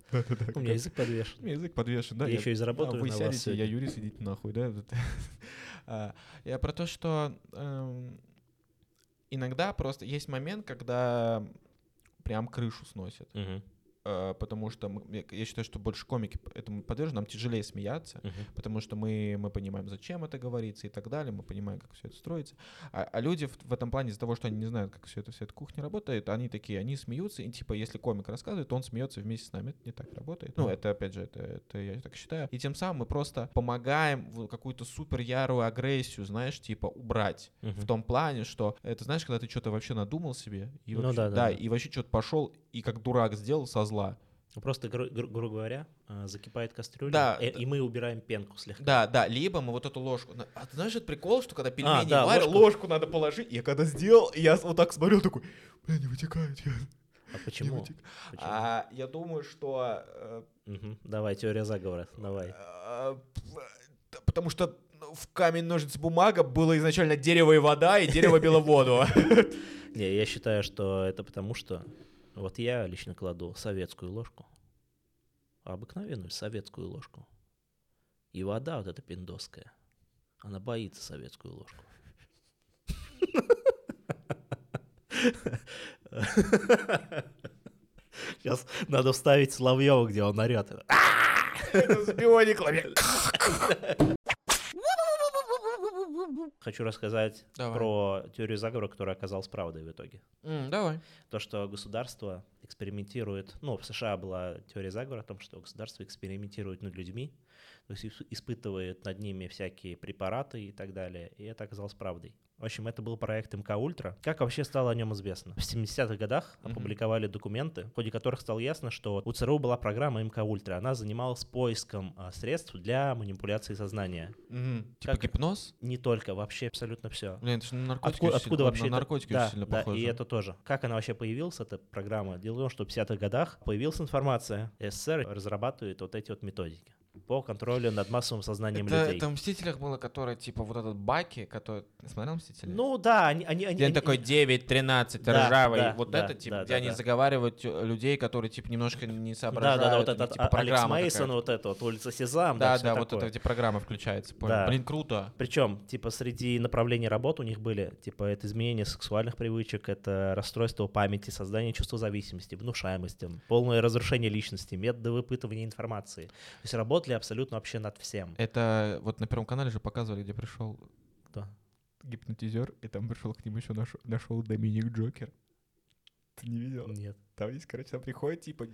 У меня язык
У
подвешен.
меня язык подвешен, да.
Я еще и заработаю
а вы
на вас
сядете,
сегодня.
я юрист, идите нахуй, да? вот. А, Я про то, что эм, иногда просто есть момент, когда прям крышу сносит.
Мгм,
Э, Потому что мы- я- я считаю, что больше комики п- этому подвержены, нам тяжелее смеяться,
мгм.
потому что мы, мы понимаем, зачем это говорится и так далее, мы понимаем, как все это строится. А, а люди в, в этом плане из-за того, что они не знают, как все это, вся эта кухня работает, они такие, они смеются, и типа, если комик рассказывает, то он смеется вместе с нами. Это не так работает. Ну,
Мгм.
это, опять же, это, это я так считаю. И тем самым мы просто помогаем в какую-то супер ярую агрессию, знаешь, типа, убрать. В том плане, что это знаешь, когда ты что-то вообще надумал себе, и
Ну
вообще,
да, да, да.
и вообще что-то пошел, и как дурак сделал со зла.
Просто, гру- гру- грубо говоря, э, закипает кастрюля,
Да,
э,
да.
и мы убираем пенку слегка.
Да, да, либо мы вот эту ложку. на- А ты знаешь, этот прикол, что когда пельмени
да,
варят,
ложку.
А, ложку. надо положить. Я когда сделал, я вот так смотрел, такой, бля, не вытекает. я- не
А почему?
вытек».
Почему?
А, я думаю, что... э,
Мгм. Давай, теория заговора, давай.
э, п- да потому что ну, в камень, ножницы, бумага было изначально дерево и вода, и дерево било воду.
Не, я считаю, что это потому, что вот я лично кладу советскую ложку, обыкновенную советскую ложку. И вода вот эта пиндоская, она боится советскую ложку. Сейчас надо вставить Соловьева, где он орет.
Это с биониклами.
Хочу рассказать
Давай.
про теорию заговора, которая оказалась правдой в итоге.
М, Давай.
то, что государство экспериментирует, ну, в США была теория заговора о том, что государство экспериментирует над людьми, то есть ис- испытывает над ними всякие препараты и так далее, и это оказалось правдой. В общем, это был проект МК Ультра. Как вообще стало о нем известно? В 70-х годах
Мгм.
опубликовали документы, в ходе которых стало ясно, что у ЦРУ была программа МК Ультра. Она занималась поиском а, средств для манипуляции сознания.
Мгм. Типа
Как-
гипноз?
Не только, вообще абсолютно все.
Блин, это же на наркотики
Откуда,
очень
откуда
сильно- на
вообще это-
наркотики
да,
очень сильно
да,
похоже.
и это тоже. Как она вообще появилась, эта программа? Дело в том, что в 50-х годах появилась информация. СССР разрабатывает вот эти вот методики по контролю над массовым сознанием
это,
людей.
это в «Мстителях» было, которое, типа, вот этот Баки, который... Ты смотрел «Мстители»?
Ну да, они... они, они
Где он
они-
такой 9-13,
Да,
ржавый,
да,
вот
да,
это, типа,
да,
где
да,
они
да.
заговаривают э, людей, которые, типа, немножко не
Да,
соображают.
да, да,
у
вот
них,
этот
типа,
а- Алекс
программа
Мейсон,
какая-то.
вот это вот улица Сезам,
Да,
всё
да, вот
такое.
это, где программа включается, понял.
Да.
Блин, круто.
Причем, типа, среди направлений работы у них были, типа, это изменение сексуальных привычек, это расстройство памяти, создание чувства зависимости, внушаемости, полное разрушение личности, методы выпытывания информации. То есть работали работали абсолютно вообще над всем.
Это вот на Первом канале же показывали, где пришел
Кто?
гипнотизер, и там пришел к ним еще нашел Доминик Джокер. Ты не видел?
Нет.
Там есть, короче, там приходит, типа,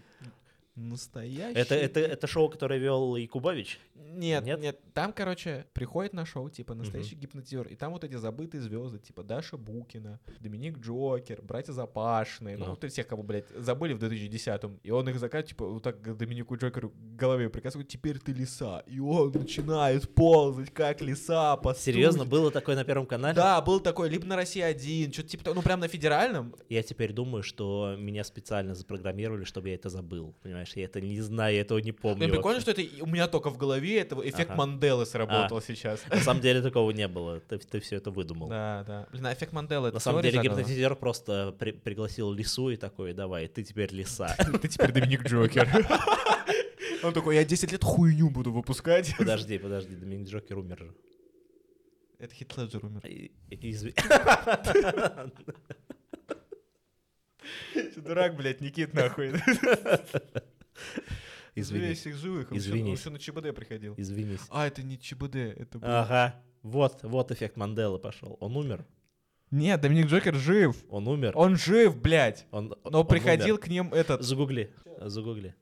настоящий.
Это, это, это шоу, которое вел Якубович?
Нет,
Нет?
нет, Там, короче, приходит на шоу, типа, настоящий гипнотизер, и там вот эти забытые звезды, типа, Даша Букина, Доминик Джокер, братья Запашные, ну,
Ну.
вот и всех, кого, блядь, забыли в 2010-м, и он их заказывает, типа, вот так к Доминику Джокеру к голове приказывает, теперь ты лиса, и он начинает ползать, как лиса, по
Серьезно,
студии.
было такое на Первом канале?
Да, был такой, либо на России один, что-то типа, того, ну, прям на федеральном,
Я теперь думаю, что меня специально запрограммировали, чтобы я это забыл. Понимаешь, я это не знаю, я этого не помню.
Ну, прикольно, что это и- у меня только в голове это эффект
Ага. А.
Манделы сработал сейчас.
На самом деле такого не было. Ты, все это выдумал.
Да, да. Блин, а эффект Манделы это
На самом деле
теория заговора?
гипнотизер просто при- пригласил лису и такой, давай, ты теперь лиса.
Ты теперь Доминик Джокер. Он такой, я 10 лет хуйню буду выпускать.
Подожди, подожди, Доминик Джокер умер же.
Это Хит Леджер умер.
И- и- изв-
Ты дурак, блядь, Никит, нахуй. Извини
Извинись,
всех живых. Он еще-
Извинись.
Он еще на ЧБД приходил.
извинись.
А, это не ЧБД, это был-
Ага, вот, вот эффект Манделы пошел. Он умер,
Нет, Доминик Джокер жив.
он умер.
Он жив, блядь.
Он,
Но
он
приходил
умер.
к ним этот...
Загугли, загугли.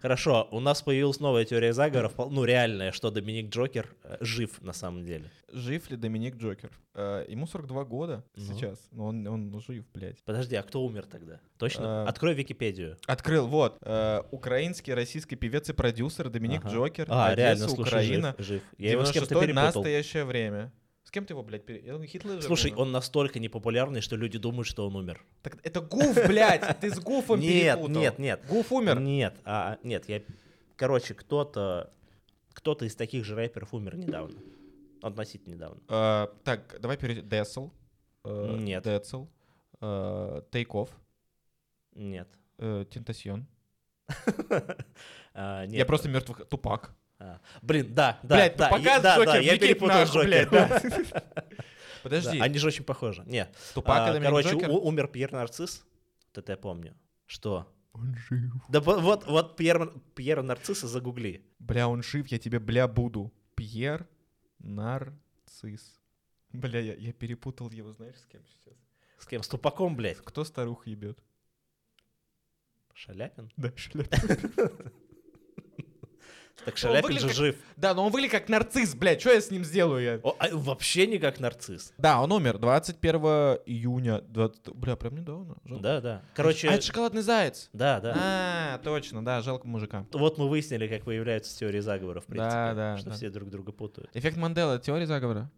Хорошо, у нас появилась новая теория заговора, впол- ну реальная, что Доминик Джокер э, жив на самом деле.
Жив ли Доминик Джокер? Э, Ему 42 года
Ну.
сейчас, но он, он жив, блядь.
Подожди, а кто умер тогда?
Э,
Точно? Открой Википедию.
Открыл, вот, э, украинский российский певец и продюсер Доминик
Ага.
Джокер,
А,
Одесса,
реально, слушай, жив,
Украина,
жив, Я его с кем-то
96-й
перепутал.
настоящее время. С кем ты его, блядь, пере... Я думаю, Хитлер же
Слушай,
был.
он настолько непопулярный, что люди думают, что он умер.
Так это Гуф, блядь, ты с Гуфом
Нет,
перепутал.
нет, нет.
Гуф умер.
Нет, а, нет, я... Короче, кто-то... Кто-то из таких же рэперов умер недавно. Ну, Относительно недавно.
Э, так, давай перейдем. Децл. Э,
Нет.
Децл. Э, Тейков.
Нет.
Э, Тентасьон.
А, нет.
Я просто мертвых... Тупак.
А, Блин, да, да,
блядь,
да,
Тупака
я-
с
да, да,
Джокером,
я
Никит,
перепутал
нахуй,
Джокера.
блядь, да.
Да,
Подожди,
Они же очень похожи. Не.
Тупак
а,
и Доминик
короче,
Джокер?
у- умер Пьер Нарцисс. Вот это я помню. Что?
Он жив.
Да по- вот, вот Пьер, Пьера Нарцисса загугли.
Бля, он жив, я тебе бля буду. Пьер Нарцисс. Бля, я, я перепутал его, знаешь, с кем сейчас?
С кем? С Тупаком, блядь.
Кто старух ебет?
Шаляпин?
Да, шляпа.
Так Шаляпин
выглядит
же
как-
жив.
Да, но он выглядит как нарцисс, блядь, что я с ним сделаю я?
О, а вообще не как нарцисс.
Да, он умер 21 июня. 20... Бля, прям недавно. Жалко.
Да, да. Короче,
Ну, А это шоколадный заяц.
да, да.
А, точно, да, жалко мужика.
Вот мы выяснили, как появляются теории заговора, в принципе.
Да, да,
что
да.
все друг друга путают.
Эффект Мандела, теория заговора?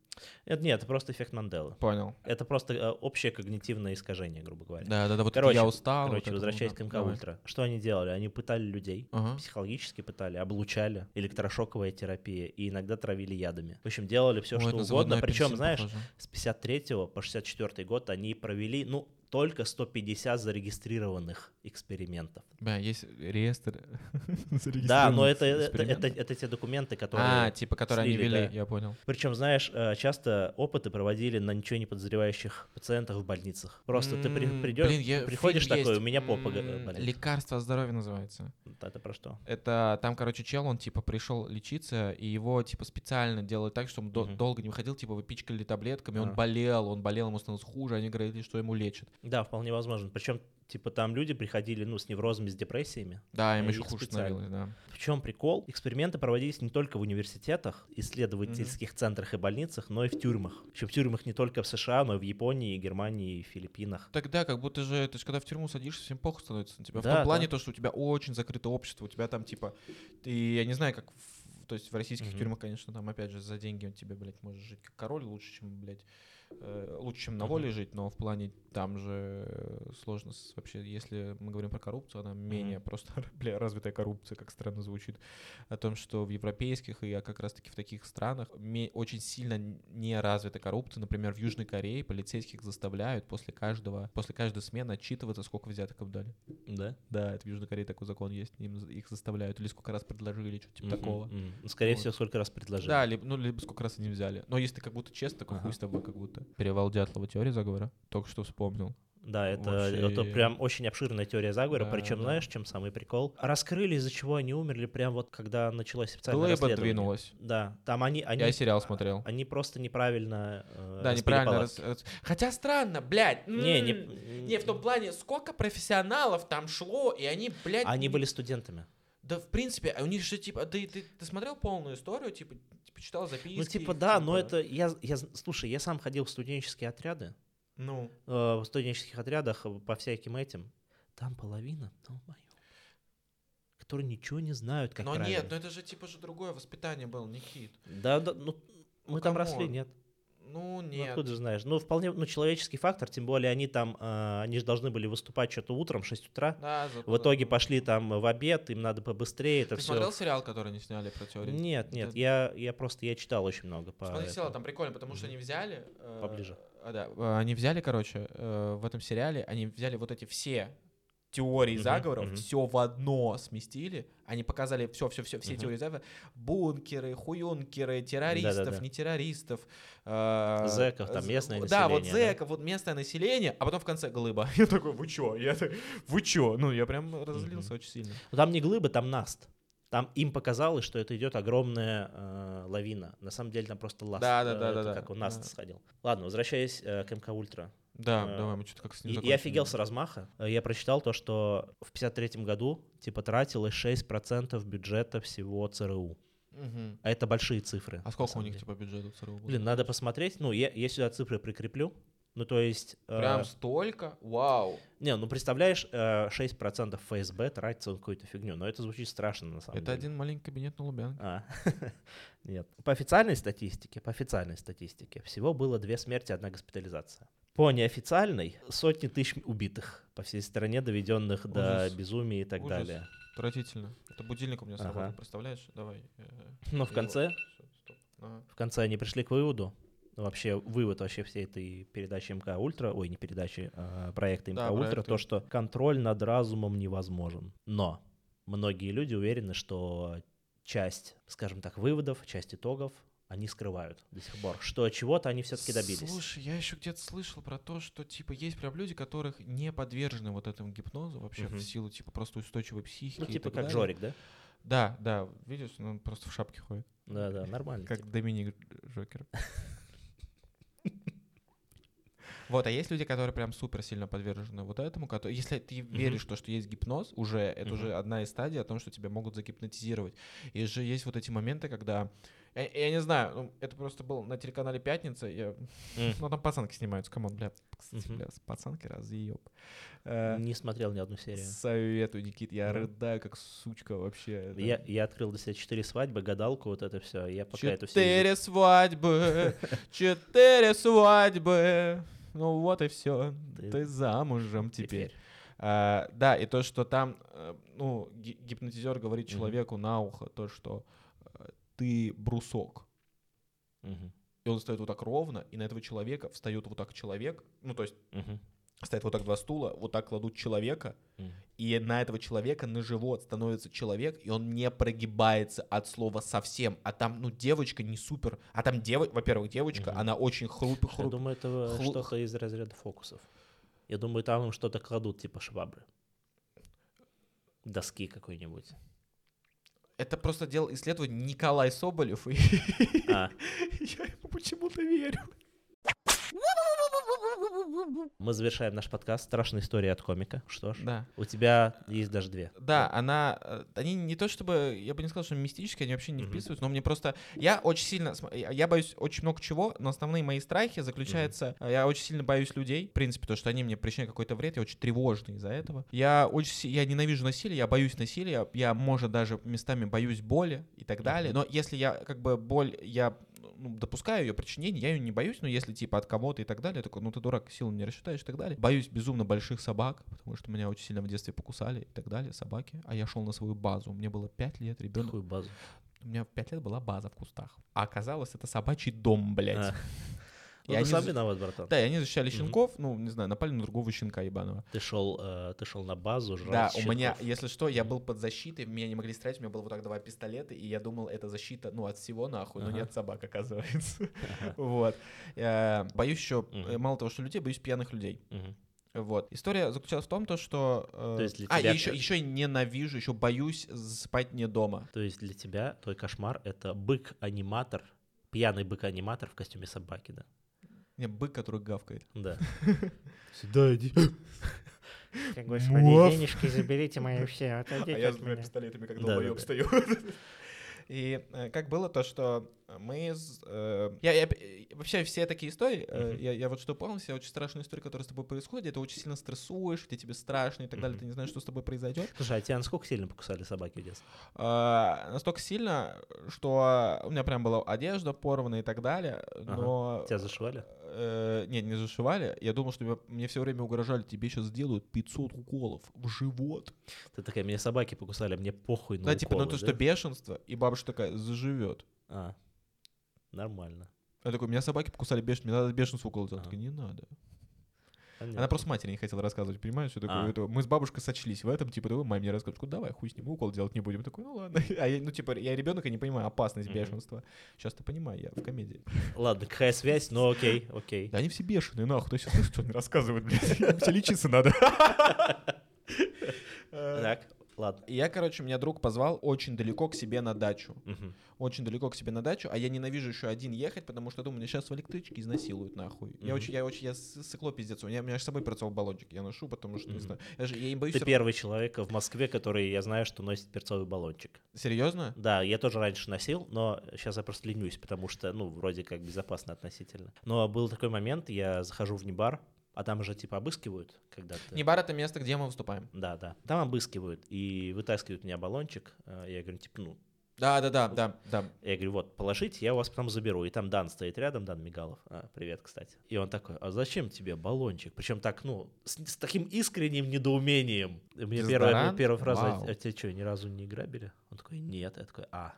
Это нет, это просто эффект Манделы.
Понял.
Это просто э, общее когнитивное искажение, грубо говоря.
Да, да, да, вот это
Короче,
я устал. вот
Короче,
это вот,
возвращаясь
да.
к МК
Давай.
Ультра. Что они делали? Они пытали людей,
Ага.
психологически пытали, облучали, электрошоковая терапия и иногда травили ядами. В общем, делали все,
Ой,
что
это
угодно.
на заводной
Причем,
апельсин
знаешь,
похоже.
с 53 по 64 год они провели, ну, только 150 зарегистрированных экспериментов.
Бля, есть реестр.
Да, но
зарегистрированных
это, это, это,
экспериментов.
это те документы, которые...
А, типа, которые они
слили,
вели,
да.
я понял.
Причем, знаешь, э, часто опыты проводили на ничего не подозревающих пациентах в больницах. Просто ты при-
М,
придешь,
блин, я-
приходишь
фильм
такой,
есть,
у меня попа
м,
э, болит.
Лекарство от здоровья называется.
Это про что?
Это там, короче, чел, он типа пришел лечиться, и его типа специально делали так, чтобы он до-
Мгм.
долго не выходил, типа выпичкали таблетками, он
А.
болел, он болел, ему становилось хуже, а они говорили, что ему лечат.
Да, вполне возможно. Причем, типа, там люди приходили, ну, с неврозами, с депрессиями.
Да, им
Э,
еще
их
хуже
специально.
становилось, да.
В чем прикол? Эксперименты проводились не только в университетах, исследовательских центрах и больницах, но и в тюрьмах. Причем в тюрьмах не только в США, но и в Японии, Германии и Филиппинах.
Тогда как будто же, ты же когда в тюрьму садишься, всем плохо становится на тебя. в
Да,
том
да.
плане то, что у тебя очень закрыто общество, у тебя там типа, ты, я не знаю, как, в- то есть в российских
Мгм.
тюрьмах, конечно, там опять же за деньги тебе, блядь, можешь жить как король, лучше, чем, блядь, э, лучше, чем на
Мгм.
воле жить, но в плане там же э, сложно с- вообще, если мы говорим про коррупцию, она менее просто, бля, развитая коррупция, как странно звучит, о том, что в европейских и а как раз-таки в таких странах ме- очень сильно н- не развита коррупция. Например, в Южной Корее полицейских заставляют после каждого, после каждой смены отчитываться, сколько взяток им дали.
Да?
Да, это в Южной Корее такой закон есть, им з- их заставляют, или сколько раз предложили, что-то типа такого.
Ну, Скорее
Вот.
всего, сколько раз предложили.
Да, либо, ну, либо сколько раз они взяли. Но если ты как будто честно, такой
Ага.
хуй с тобой как будто. Перевал Дятлова, теория заговора. Только что вспомнил.
Да, это,
Вообще-
это прям очень обширная теория заговора.
Да,
Причем,
да.
знаешь, чем самый прикол? Раскрыли, из-за чего они умерли, прям вот когда началось официальное
Глэба
расследование.
двинулась.
Да, там они... они
Я сериал смотрел.
Они просто неправильно... э,
Да,
разбили
неправильно.
палатки.
раз- раз- Хотя странно, блядь. м,
Не, не...
Не, в том плане, сколько профессионалов там шло, и они, блядь...
Они
не-
были студентами.
Да, в принципе, а у них же, типа, ты, ты, ты смотрел полную историю, типа, типа читал записки?
ну, типа, да, но
типа?
это... Я, я, з- слушай, я сам ходил в студенческие отряды,
Ну,
э, в студенческих отрядах э, по всяким этим. Там половина, ну, моё, которые ничего не знают, как
но
правильно.
нет, но это же, типа, же другое воспитание было, Никит.
Да, да, ну, мы там росли,
камон.
нет.
Ну,
Ну,
нет.
откуда же знаешь? Ну, вполне, ну, человеческий фактор, тем более они там, э, они же должны были выступать что-то утром, в 6 утра.
Ну Да, за-
В итоге пошли там в обед, им надо побыстрее, это
Ты
все...
смотрел сериал, который они сняли про теорию?
Нет, нет,
Да.
я, я просто, я читал очень много по
Смотри, сериал
этому.
там прикольно, потому что
Мгм.
они взяли... э,
типа, Поближе.
а, да, э, они взяли, короче, э, в этом сериале, они взяли вот эти все теории
Мгм,
заговоров,
мгм.
все в одно сместили, они показали все, все, все, все
Мгм.
теории заговоров, бункеры, хуюнкеры, террористов,
Да-да-да.
не террористов, э,
Зэков, там,
з-
местное
Да, вот
население, да?
зэков, вот местное население, а потом в конце глыба. Я такой, вы чё? Я так, вы чё? Ну, я прям разозлился
Мгм.
очень сильно.
Ну, Там не глыбы, там наст. Там им показалось, что это идет огромная э, лавина. На самом деле там просто ласт.
Да, да,
э,
да,
это
да, да.
Как у нас
Да.
сходил. Ладно, возвращаясь э, к МК Ультра.
Да,
Э,
давай, мы что-то как-то с ним
И, и
закончили.
офигел с размаха. Э, Я прочитал то, что в 53 году типа тратилось 6% бюджета всего ЦРУ.
Мгм.
А это большие цифры.
А
на
сколько у
самом
них,
деле.
типа, бюджета в ЦРУ было?
Блин, надо посмотреть. Ну, я, я сюда цифры прикреплю. Ну, то есть... э,
Прям столько? Вау.
Не, ну представляешь, э, 6% ФСБ тратится на какую-то фигню. Но это звучит страшно на самом
Это
деле.
один маленький кабинет на Лубянке.
А, нет. По официальной статистике, по официальной статистике, всего было две смерти, одна госпитализация. По неофициальной сотни тысяч убитых по всей стране, доведенных
Ужас.
до безумия и так
Ужас.
далее.
Отвратительно. Это будильник у меня
Ага.
сработал, представляешь? Давай. э,
Но в
его.
конце,
Всё, стоп. Ага.
в конце они пришли к выводу, вообще вывод вообще всей этой передачи МК Ультра, ой, не передачи, а проекта МК
Да,
Ультра,
проекта.
то, что контроль над разумом невозможен. Но многие люди уверены, что часть, скажем так, выводов, часть итогов они скрывают до сих пор, что чего-то они все-таки добились.
Слушай, я еще где-то слышал про то, что типа есть прям люди, которых не подвержены вот этому гипнозу вообще
Мгм.
в силу типа просто устойчивой психики.
ну,
и
типа
так
как
далее.
Жорик, да?
Да, да, видишь, ну, он просто в шапке ходит.
Да, да, нормально.
Как
типа.
Доминик Жокер. Вот, а есть люди, которые прям супер сильно подвержены вот этому, кото- если ты веришь, то, что есть гипноз, уже это
Мгм.
уже одна из стадий о том, что тебя могут загипнотизировать. И же есть вот эти моменты, когда я, я не знаю, ну, это просто был на телеканале Пятница, я...
М.
ну там пацанки снимаются, камон, бля, кстати,
Мгм.
бля, с пацанки разъеб. Э,
типа, Не смотрел ни одну серию.
Советую, Никит, я
Ну.
рыдаю как сучка вообще. это.
Я, я открыл для себя четыре свадьбы, гадалку, вот это все. Я пока это все.
Четыре свадьбы, четыре свадьбы. Ну вот и все.
Ты-
Ты замужем теперь. А, да, и то, что там, э, ну, ги- гипнотизер говорит
Мгм.
человеку на ухо то, что э, ты брусок.
Мгм,
И он стоит вот так ровно, и на этого человека встает вот так человек, ну, то есть
мгм,
стоят вот так два стула, вот так кладут человека,
мгм.
и на этого человека на живот становится человек, и он не прогибается от слова совсем. А там, ну, девочка не супер. А там, дево... во-первых, девочка,
Мгм.
она очень хрупкая.
Я думаю, это э,
хлу-
что-то из разряда фокусов. Я думаю, там им что-то кладут, типа швабры. Доски какой-нибудь.
Это просто делал исследование Николай Соболев, и
А,
я ему почему-то верю.
мы завершаем наш подкаст. Страшная история от комика. Что ж,
Да.
у тебя есть даже две.
Да, она... э, Они не то чтобы... Я бы не сказал, что мистические, они вообще не
Мгм.
вписываются, но мне просто... Я очень сильно... см- Я я боюсь очень много чего, но основные мои страхи заключаются... э, Я очень сильно боюсь людей, в принципе, потому что они мне причиняют какой-то вред, я очень тревожный из-за этого. Я очень... си- Я ненавижу насилие, я боюсь насилия, я, может, даже местами боюсь боли и так далее, но если я как бы боль... Я ну, допускаю ее причинение, я ее не боюсь, но если типа от кого-то и так далее, я такой, ну ты дурак, силу не рассчитаешь и так далее. Боюсь безумно больших собак, потому что меня очень сильно в детстве покусали и так далее, собаки. А я шел на свою базу, мне было 5 лет, ребенок.
Какую базу?
У меня в 5 лет была база в кустах. А оказалось, это собачий дом, блядь.
А. Ну,
Я
ты
не
сам
за-
виноват, братан.
Да, и они защищали
Мгм.
щенков, ну, не знаю, напали на другого щенка ебаного.
Ты шел, э, ты шел на базу, жрал
Да, у
щенков.
меня, если что, я был под защитой, меня не могли стрелять, у меня было вот так два пистолета, и я думал, это защита, ну, от всего нахуй, но не
Ага.
от собак, оказывается. Вот. Я Боюсь э, еще,
Мгм.
мало того, что людей, боюсь пьяных людей.
Мгм.
Вот. История заключалась в том, то, что... э,
То есть для
а,
тебя-
еще, еще ненавижу, еще боюсь спать не дома.
То есть для тебя твой кошмар — это бык-аниматор, пьяный бык-аниматор в костюме собаки, да?
Не, бык, который гавкает.
Да. Сюда иди.
Ты, господи,
Муаф.
денежки заберите мои все, отойдите от меня.
А пистолетами как
Да, долбоёб да, да.
стою. И э, как было то, что мы... с, э, я, я- э, вообще все такие истории, э,
Мгм.
я, я вот что помню, все очень страшные истории, которые с тобой происходят, это очень сильно стрессуешь, где тебе страшно и так далее,
Мгм.
ты не знаешь, что с тобой произойдет.
Слушай, а тебя насколько сильно покусали собаки в детстве?
А, настолько сильно, что у меня прям была одежда порвана и так далее,
Ага.
но...
Тебя зашивали?
Э, не, не зашивали. Я думал, что меня- мне все время угрожали, тебе сейчас сделают 500 уколов в живот.
Ты такая, меня собаки покусали, а мне похуй на
да, типа, ну
уколы»,
то,
да?
что бешенство, и бабушка такая, заживет.
А, нормально.
Я такой, меня собаки покусали бешенство, мне надо бешенство укол сделать. Она
Ага.
такая, не надо. Она
Понятно.
просто матери А. не хотела рассказывать, понимаешь? Я такой,
А.
это- мы с бабушкой сочлись в этом, типа, давай маме не рассказывай. Такой, давай, хуй с ним, мы укол делать не будем. Я Такой, ну ладно. А я, ну типа, я ребенок и не понимаю опасность
Мгм.
бешенства. Сейчас ты понимаю, я в комедии.
Ладно, какая связь, но окей, окей.
Да они все бешеные, нахуй. Кто сейчас что не рассказывает, блядь? Им Все лечиться надо.
Так, ладно.
Я, короче, меня друг позвал очень далеко к себе на дачу.
Мгм.
Очень далеко к себе на дачу, а я ненавижу еще один ехать, потому что думаю, меня сейчас в электричке изнасилуют нахуй. Я
Мгм.
очень, я очень, я с- сыкло пиздец. У меня, у меня аж с собой перцовый баллончик. Я ношу, потому что не
Мгм.
знаю. Я, же, я им боюсь.
Ты первый человек в Москве, который я знаю, что носит перцовый баллончик.
Серьезно?
Да, я тоже раньше носил, но сейчас я просто ленюсь, потому что, ну, вроде как безопасно относительно. Но был такой момент, я захожу в небар, а там же типа обыскивают, когда ты...
Небар это место, где мы выступаем.
Да, да. Там обыскивают и вытаскивают у меня баллончик. Э, Я говорю, типа, ну,
Да, да, да, да, да.
я говорю, вот, положите, я у вас потом заберу. И там Дан стоит рядом, Дан Мигалов. А, привет, кстати. И он такой, а зачем тебе баллончик? Причем так, ну, с, с таким искренним недоумением. И Мне первая,
Дезодорант?
первая фраза,
Вау.
а, тебя что, ни разу не грабили? Он такой, нет. Я такой, а,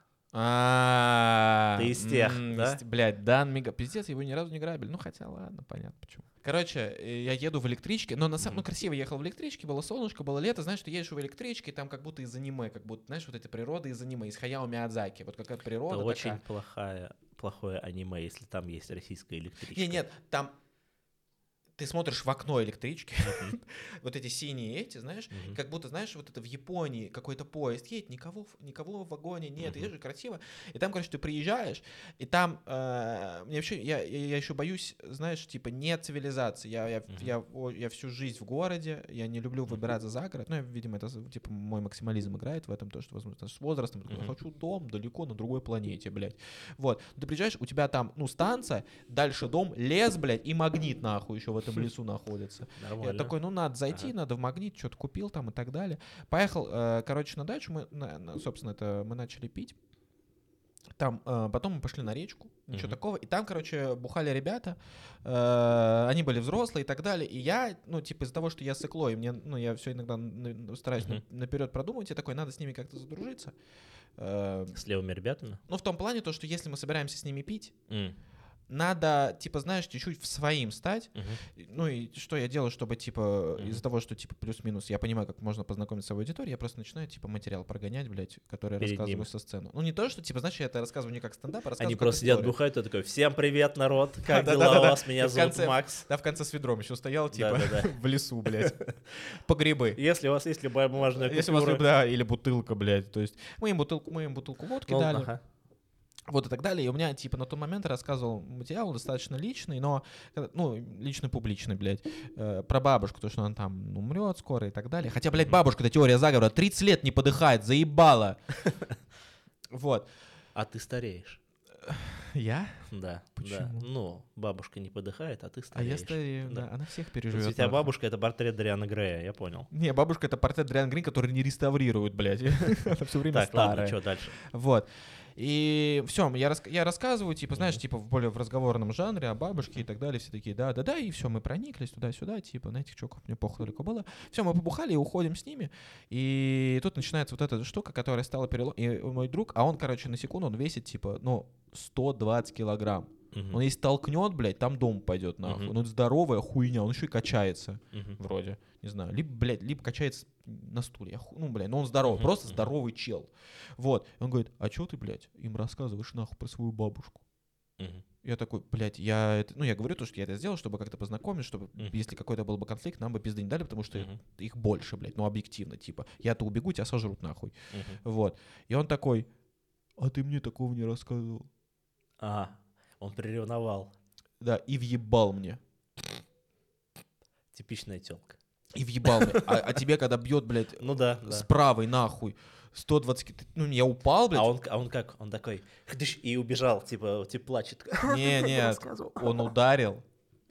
А,
Ты из тех,
м,
да?
из- Блядь, Дан Мега. Пиздец, его ни разу не грабили. Ну хотя ладно, понятно почему. Короче, э, я еду в электричке, но на самом, ну красиво ехал в электричке, было солнышко, было лето, знаешь, ты едешь в электричке, и там как будто из аниме, как будто, знаешь, вот эта природа из аниме, из Хаяо Миядзаки, вот какая природа
Это
такая.
очень плохая, плохое аниме, если там есть российская электричка.
Не, нет, там ты смотришь в окно электрички, вот эти синие эти, знаешь,
Мгм.
как будто, знаешь, вот это в Японии какой-то поезд едет, никого, в- никого в вагоне нет,
Мгм.
и же красиво. И там, короче, ты приезжаешь, и там, э, мне вообще, я, еще боюсь, знаешь, типа, нет цивилизации. Я, я,
Мгм.
я, о- я всю жизнь в городе, я не люблю выбираться за город. Ну, я, видимо, это, типа, мой максимализм играет в этом, то, что, возможно, с возрастом, я
Мгм.
хочу дом далеко на другой планете, блядь. Вот, ты приезжаешь, у тебя там, ну, станция, дальше дом, лес, блядь, и магнит, нахуй, еще в этом лесу находится. Я
Нормально.
такой, ну надо зайти,
Ага.
надо в магнит, что-то купил там и так далее. Поехал, э, короче, на дачу, мы, на- на- собственно, это мы начали пить. Там, э, потом мы пошли на речку, ничего
Мгм.
такого. И там, короче, бухали ребята, э, они были взрослые и так далее. И я, ну, типа, из-за того, что я сыкло, и мне, ну, я все иногда на- на- стараюсь на-
Мгм.
наперед продумывать, я такой, надо с ними как-то задружиться. Э,
С левыми ребятами?
ну, в том плане, то, что если мы собираемся с ними пить,
М,
надо, типа, знаешь, чуть-чуть в своим стать,
мгм.
и- ну и что я делаю, чтобы, типа,
Мгм.
из-за того, что, типа, плюс-минус, я понимаю, как можно познакомиться с аудиторией, я просто начинаю, типа, материал прогонять, блядь, который я
Перед
рассказываю
ним.
со сцены. Ну не то, что, типа, знаешь, я это рассказываю не как стендап, а рассказываю
Они
как
просто сидят,
историю.
бухают, и такой, всем привет, народ, как
Да, да,
дела
да,
у
да.
вас?
И
Меня
в
зовут
конце-
Макс.
Да, в конце с ведром еще стоял,
Да-да-да.
типа, в лесу, блядь, по грибы.
Если у вас есть любая бумажная
Если у вас,
купюра...
люб- да, или бутылка, блядь, то есть мы им бутылку, мы им бутылку водки
Ну,
дали,
ага.
вот и так далее. И у меня, типа, на тот момент я рассказывал материал достаточно личный, но, э, ну, лично-публичный, блядь, э, про бабушку, то, что она там умрет скоро и так далее. Хотя, блядь, бабушка, это теория заговора, 30 лет не подыхает, заебала. Вот.
А ты стареешь.
Я?
Да. Да.
Почему?
Ну, бабушка не подыхает, а ты
А
стареешь.
я старею, да. Она всех
То есть
переживет.
у тебя
нахуй.
бабушка — это портрет Дриана Грея, я понял.
Не, бабушка это портрет Дриан Грин, который не реставрируют, блядь. Она все время
Так, ладно,
старая.
что дальше?
Вот. И все, я, рас- я рассказываю, типа, знаешь, типа, в более в разговорном жанре о бабушке и так далее, все такие, да-да-да, и все, мы прониклись туда-сюда, типа, на этих чуваков мне похуй далеко было. Все, мы побухали и уходим с ними, и тут начинается вот эта штука, которая стала перелом, и мой друг, а он, короче, на секунду, он весит, типа, ну, 120 килограмм.
Мгм,
Он если толкнет, блядь, там дом пойдет нахуй.
Мгм.
Ну, это здоровая хуйня, он еще и качается
мгм.
вроде, не знаю, либо, блядь, либо качается на стуле, я ху- ну, блядь, но он здоровый,
Мгм,
просто
мгм.
здоровый чел. Вот, И он говорит, а чё ты, блядь, им рассказываешь нахуй про свою бабушку?
Мгм.
Я такой, блядь, я это, ну я говорю то, что я это сделал, чтобы как-то познакомиться, чтобы
Мгм.
если какой-то был бы конфликт, нам бы пизды не дали, потому что
Мгм.
их больше, блядь, ну объективно, типа, я-то убегу, тебя сожрут нахуй,
Мгм.
вот. И он такой, а ты мне такого не рассказывал.
А, он приревновал.
Да, и въебал мне.
Типичная телка.
И въебал мне. А, а тебе, когда бьет, блядь,
Ну да,
с
да.
правой нахуй, 120, ки- ну я упал, блядь.
А он, а он как? Он такой, «Хдыщ», и убежал, типа, типа плачет.
Не, нет, он ударил,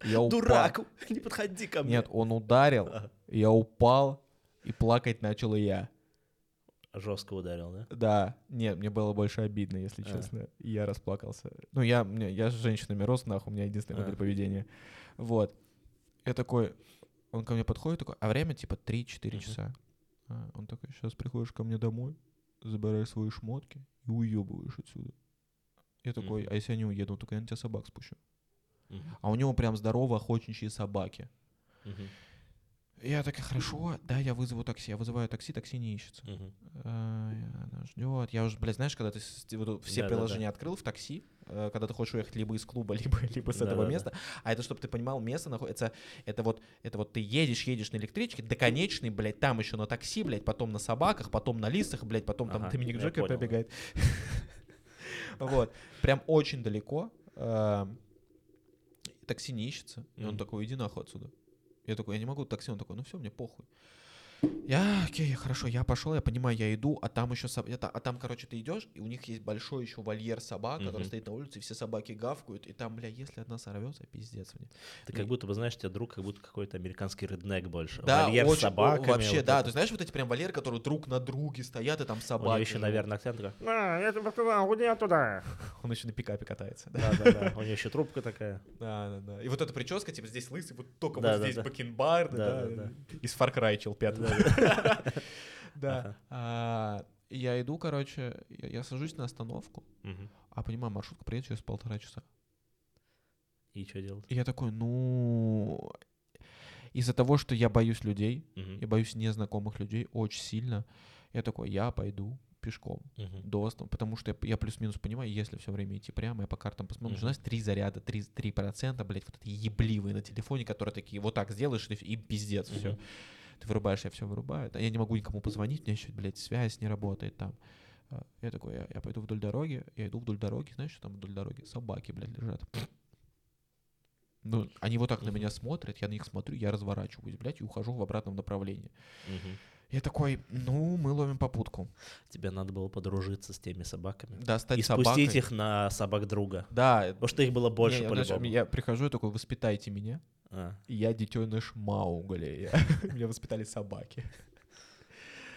я упал.
Дурак, не подходи ко мне.
Нет, он ударил,
Ага.
я упал, и плакать начал и я.
Жестко ударил, да?
Да, нет, мне было больше обидно, если
А.
честно. И Я расплакался. Ну, я, мне- я с женщинами рос, нахуй, у меня единственное
А.
модель поведение. Вот. Я такой, он ко мне подходит, такой, а время типа 3-4
Мгм.
часа. А, Он такой, сейчас приходишь ко мне домой, забираешь свои шмотки и уебываешь отсюда. Я такой,
Мгм.
а если я не уеду, только я на тебя собак спущу.
Мгм,
А у него прям здоровые охотничьи собаки.
мгм,
Я такая, хорошо, да, я вызову такси. Я вызываю такси, такси не ищется.
мгм.
А, и Она ждет. Я уже, блядь, знаешь, когда ты с- вот у- все
Да-да-да.
приложения открыл в такси, э, когда ты хочешь уехать либо из клуба, либо, либо с этого
Да-да-да.
места, а это, чтобы ты понимал, место находится, это вот, это вот ты едешь, едешь на электричке, до конечной, блядь, там еще на такси, блядь, потом на собаках, потом на лисах, блядь, потом там
Ага,
Доминик
я
Джокер
понял, да.
пробегает. Вот, прям очень далеко. э, Такси не ищется. И он
Мгм.
такой, иди нахуй отсюда. Я такой, я не могу такси. Он такой, ну все, мне похуй. Я, окей, хорошо, я пошел, я понимаю, я иду, а там еще, соб- это- а там, короче, ты идешь, и у них есть большой еще вольер собак, который
Мгм.
стоит на улице, и все собаки гавкают, и там, бля, если одна сорвется, пиздец мне.
Ты
И-
как будто бы, знаешь, тебя друг как будто какой-то американский реднек больше.
Да,
Вольер с
очень, о,
собаками,
вообще,
вот
да,
это.
ты знаешь вот эти прям вольеры, которые друг на друге стоят, и
У
там
него
собаки.
еще,
живут.
наверное, акцент такой.
На, А, я тебе сказал, уйди оттуда.
Он еще на пикапе катается. Да,
Да, да, да. У него еще трубка такая.
да, да. да. И вот эта прическа, типа, здесь лысый, вот только
Да,
вот
да,
здесь
да.
бакенбарды,
Да,
да,
да, да.
Из Far Cry чел пятого. Да.
Ага.
А, Я иду, короче, я я сажусь на остановку,
Мгм.
а понимаю, маршрутка приедет через полтора часа.
И что делать?
И я такой, ну... Из-за того, что я боюсь людей,
Мгм,
я боюсь незнакомых людей очень сильно, я такой, я пойду пешком
мгм.
до останов- потому что я, я плюс-минус понимаю, если все время идти прямо, я по картам посмотрю, потому что у нас три заряда, три, три процента, блядь, вот эти ебливые на телефоне, которые такие, вот так сделаешь, и, всё, и пиздец все.
Мгм.
Ты вырубаешь, я все вырубаю, а я не могу никому позвонить, у меня еще, блядь, связь не работает там. А, Я такой, я, я пойду вдоль дороги, я иду вдоль дороги, знаешь, что там вдоль дороги? Собаки, блядь, лежат. Ну, они вот так на
Мгм.
меня смотрят, я на них смотрю, я разворачиваюсь, блядь, и ухожу в обратном направлении.
Мгм.
Я такой, ну, мы ловим попутку.
Тебе надо было подружиться с теми собаками.
Достать
И
собакой.
спустить их на собак друга.
Да,
Потому что их было больше
Не, знаешь,
по-любому.
Я прихожу и такой, воспитайте меня.
А.
Я детеныш Маугли. Я- Меня воспитали собаки.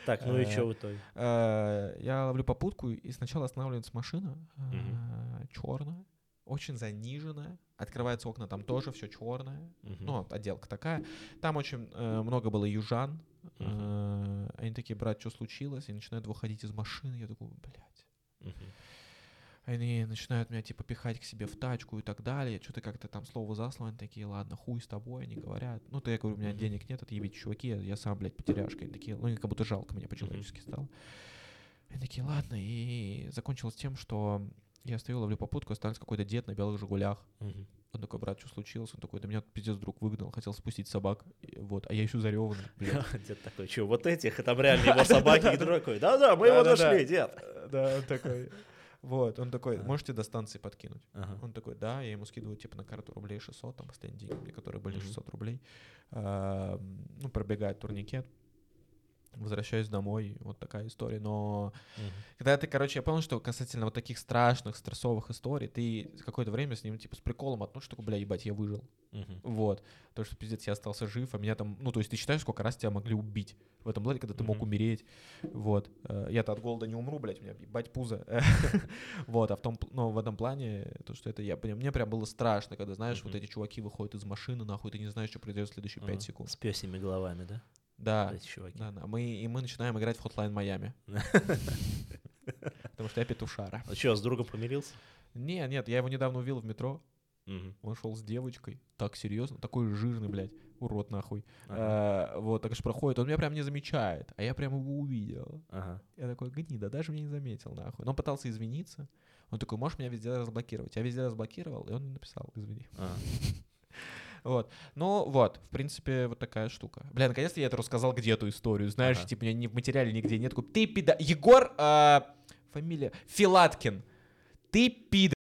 Так, ну и
Э,
что в итоге?
Э, Я ловлю попутку, и сначала останавливается машина.
Мгм.
Черная, очень заниженная. Открываются окна, там тоже все черное.
Мгм.
Ну, отделка такая. Там очень э, много было южан.
Мгм.
Э, Они такие, брат, что случилось? И начинают выходить из машины. Я такой, блядь.
Мгм.
Они начинают меня, типа, пихать к себе в тачку и так далее. Что-то как-то там слово за слово. Они такие, ладно, хуй с тобой, они говорят. Ну, то я говорю, у меня
Мгм.
денег нет, отъебите, чуваки, я, я сам, блядь, потеряшка. Они такие, ну, они как будто жалко меня по-человечески стало. Они такие, ладно, и закончилось тем, что я стою, ловлю попутку, остался какой-то дед на белых «Жигулях».
Мгм.
Он такой, брат, что случилось? Он такой, да меня тут пиздец друг выгнал, хотел спустить собак. И Вот, а я еще зареванный. блядь.
Дед такой, что, вот этих? И там реально его собаки и друг такой, да-да, мы его
Да-да-да.
нашли, дед.
Да, он такой. Вот, он такой,
Ага.
можете до станции подкинуть?
Ага.
Он такой, да, я ему скидываю типа на карту рублей 600, там последние деньги, у меня, которые были
Мгм.
600 рублей. А, м, Ну, пробегает турникет, возвращаюсь домой, вот такая история. Но
Мгм.
когда ты, короче, я понял, что касательно вот таких страшных, стрессовых историй, ты какое-то время с ним типа с приколом относишься, такой, бля, ебать, я выжил.
Мгм.
Вот. То, что, пиздец, я остался жив, а меня там... Ну, то есть ты считаешь, сколько раз тебя могли убить в этом блоке, когда ты мог
Мгм.
умереть. Вот. Э, Я-то от голода не умру, блядь, у меня ебать пузо. Вот. А в том... пл- Но в этом плане, то, что это я... прям- Мне прям было страшно, когда, знаешь, вот
Мгм.
эти чуваки выходят из машины, нахуй, ты не знаешь, что произойдет в следующие
Ага.
5 секунд.
С песями головами, да?
Да.
Эти чуваки.
Да, да. Мы, и мы начинаем играть в Hotline Майами. Потому что я петушара.
Ну что, с другом помирился?
Не, нет, я его недавно увидел в метро.
Мгм.
Он шел с девочкой, так серьезно, такой жирный, блядь, урод нахуй.
Ага.
Э, вот, так же проходит, он меня прям не замечает, а я прям его увидел.
Ага.
Я такой, гнида, даже меня не заметил, нахуй. Но он пытался извиниться. Он такой, можешь меня везде разблокировать? Я везде разблокировал, и он мне написал, извини.
А.
Вот. Ну вот, в принципе, вот такая штука. Бля, наконец-то я это рассказал, где эту историю. Знаешь,
Ага.
типа, у меня ни- в материале нигде нет. Такой, Ты пида... Егор, а, фамилия, Филаткин. Ты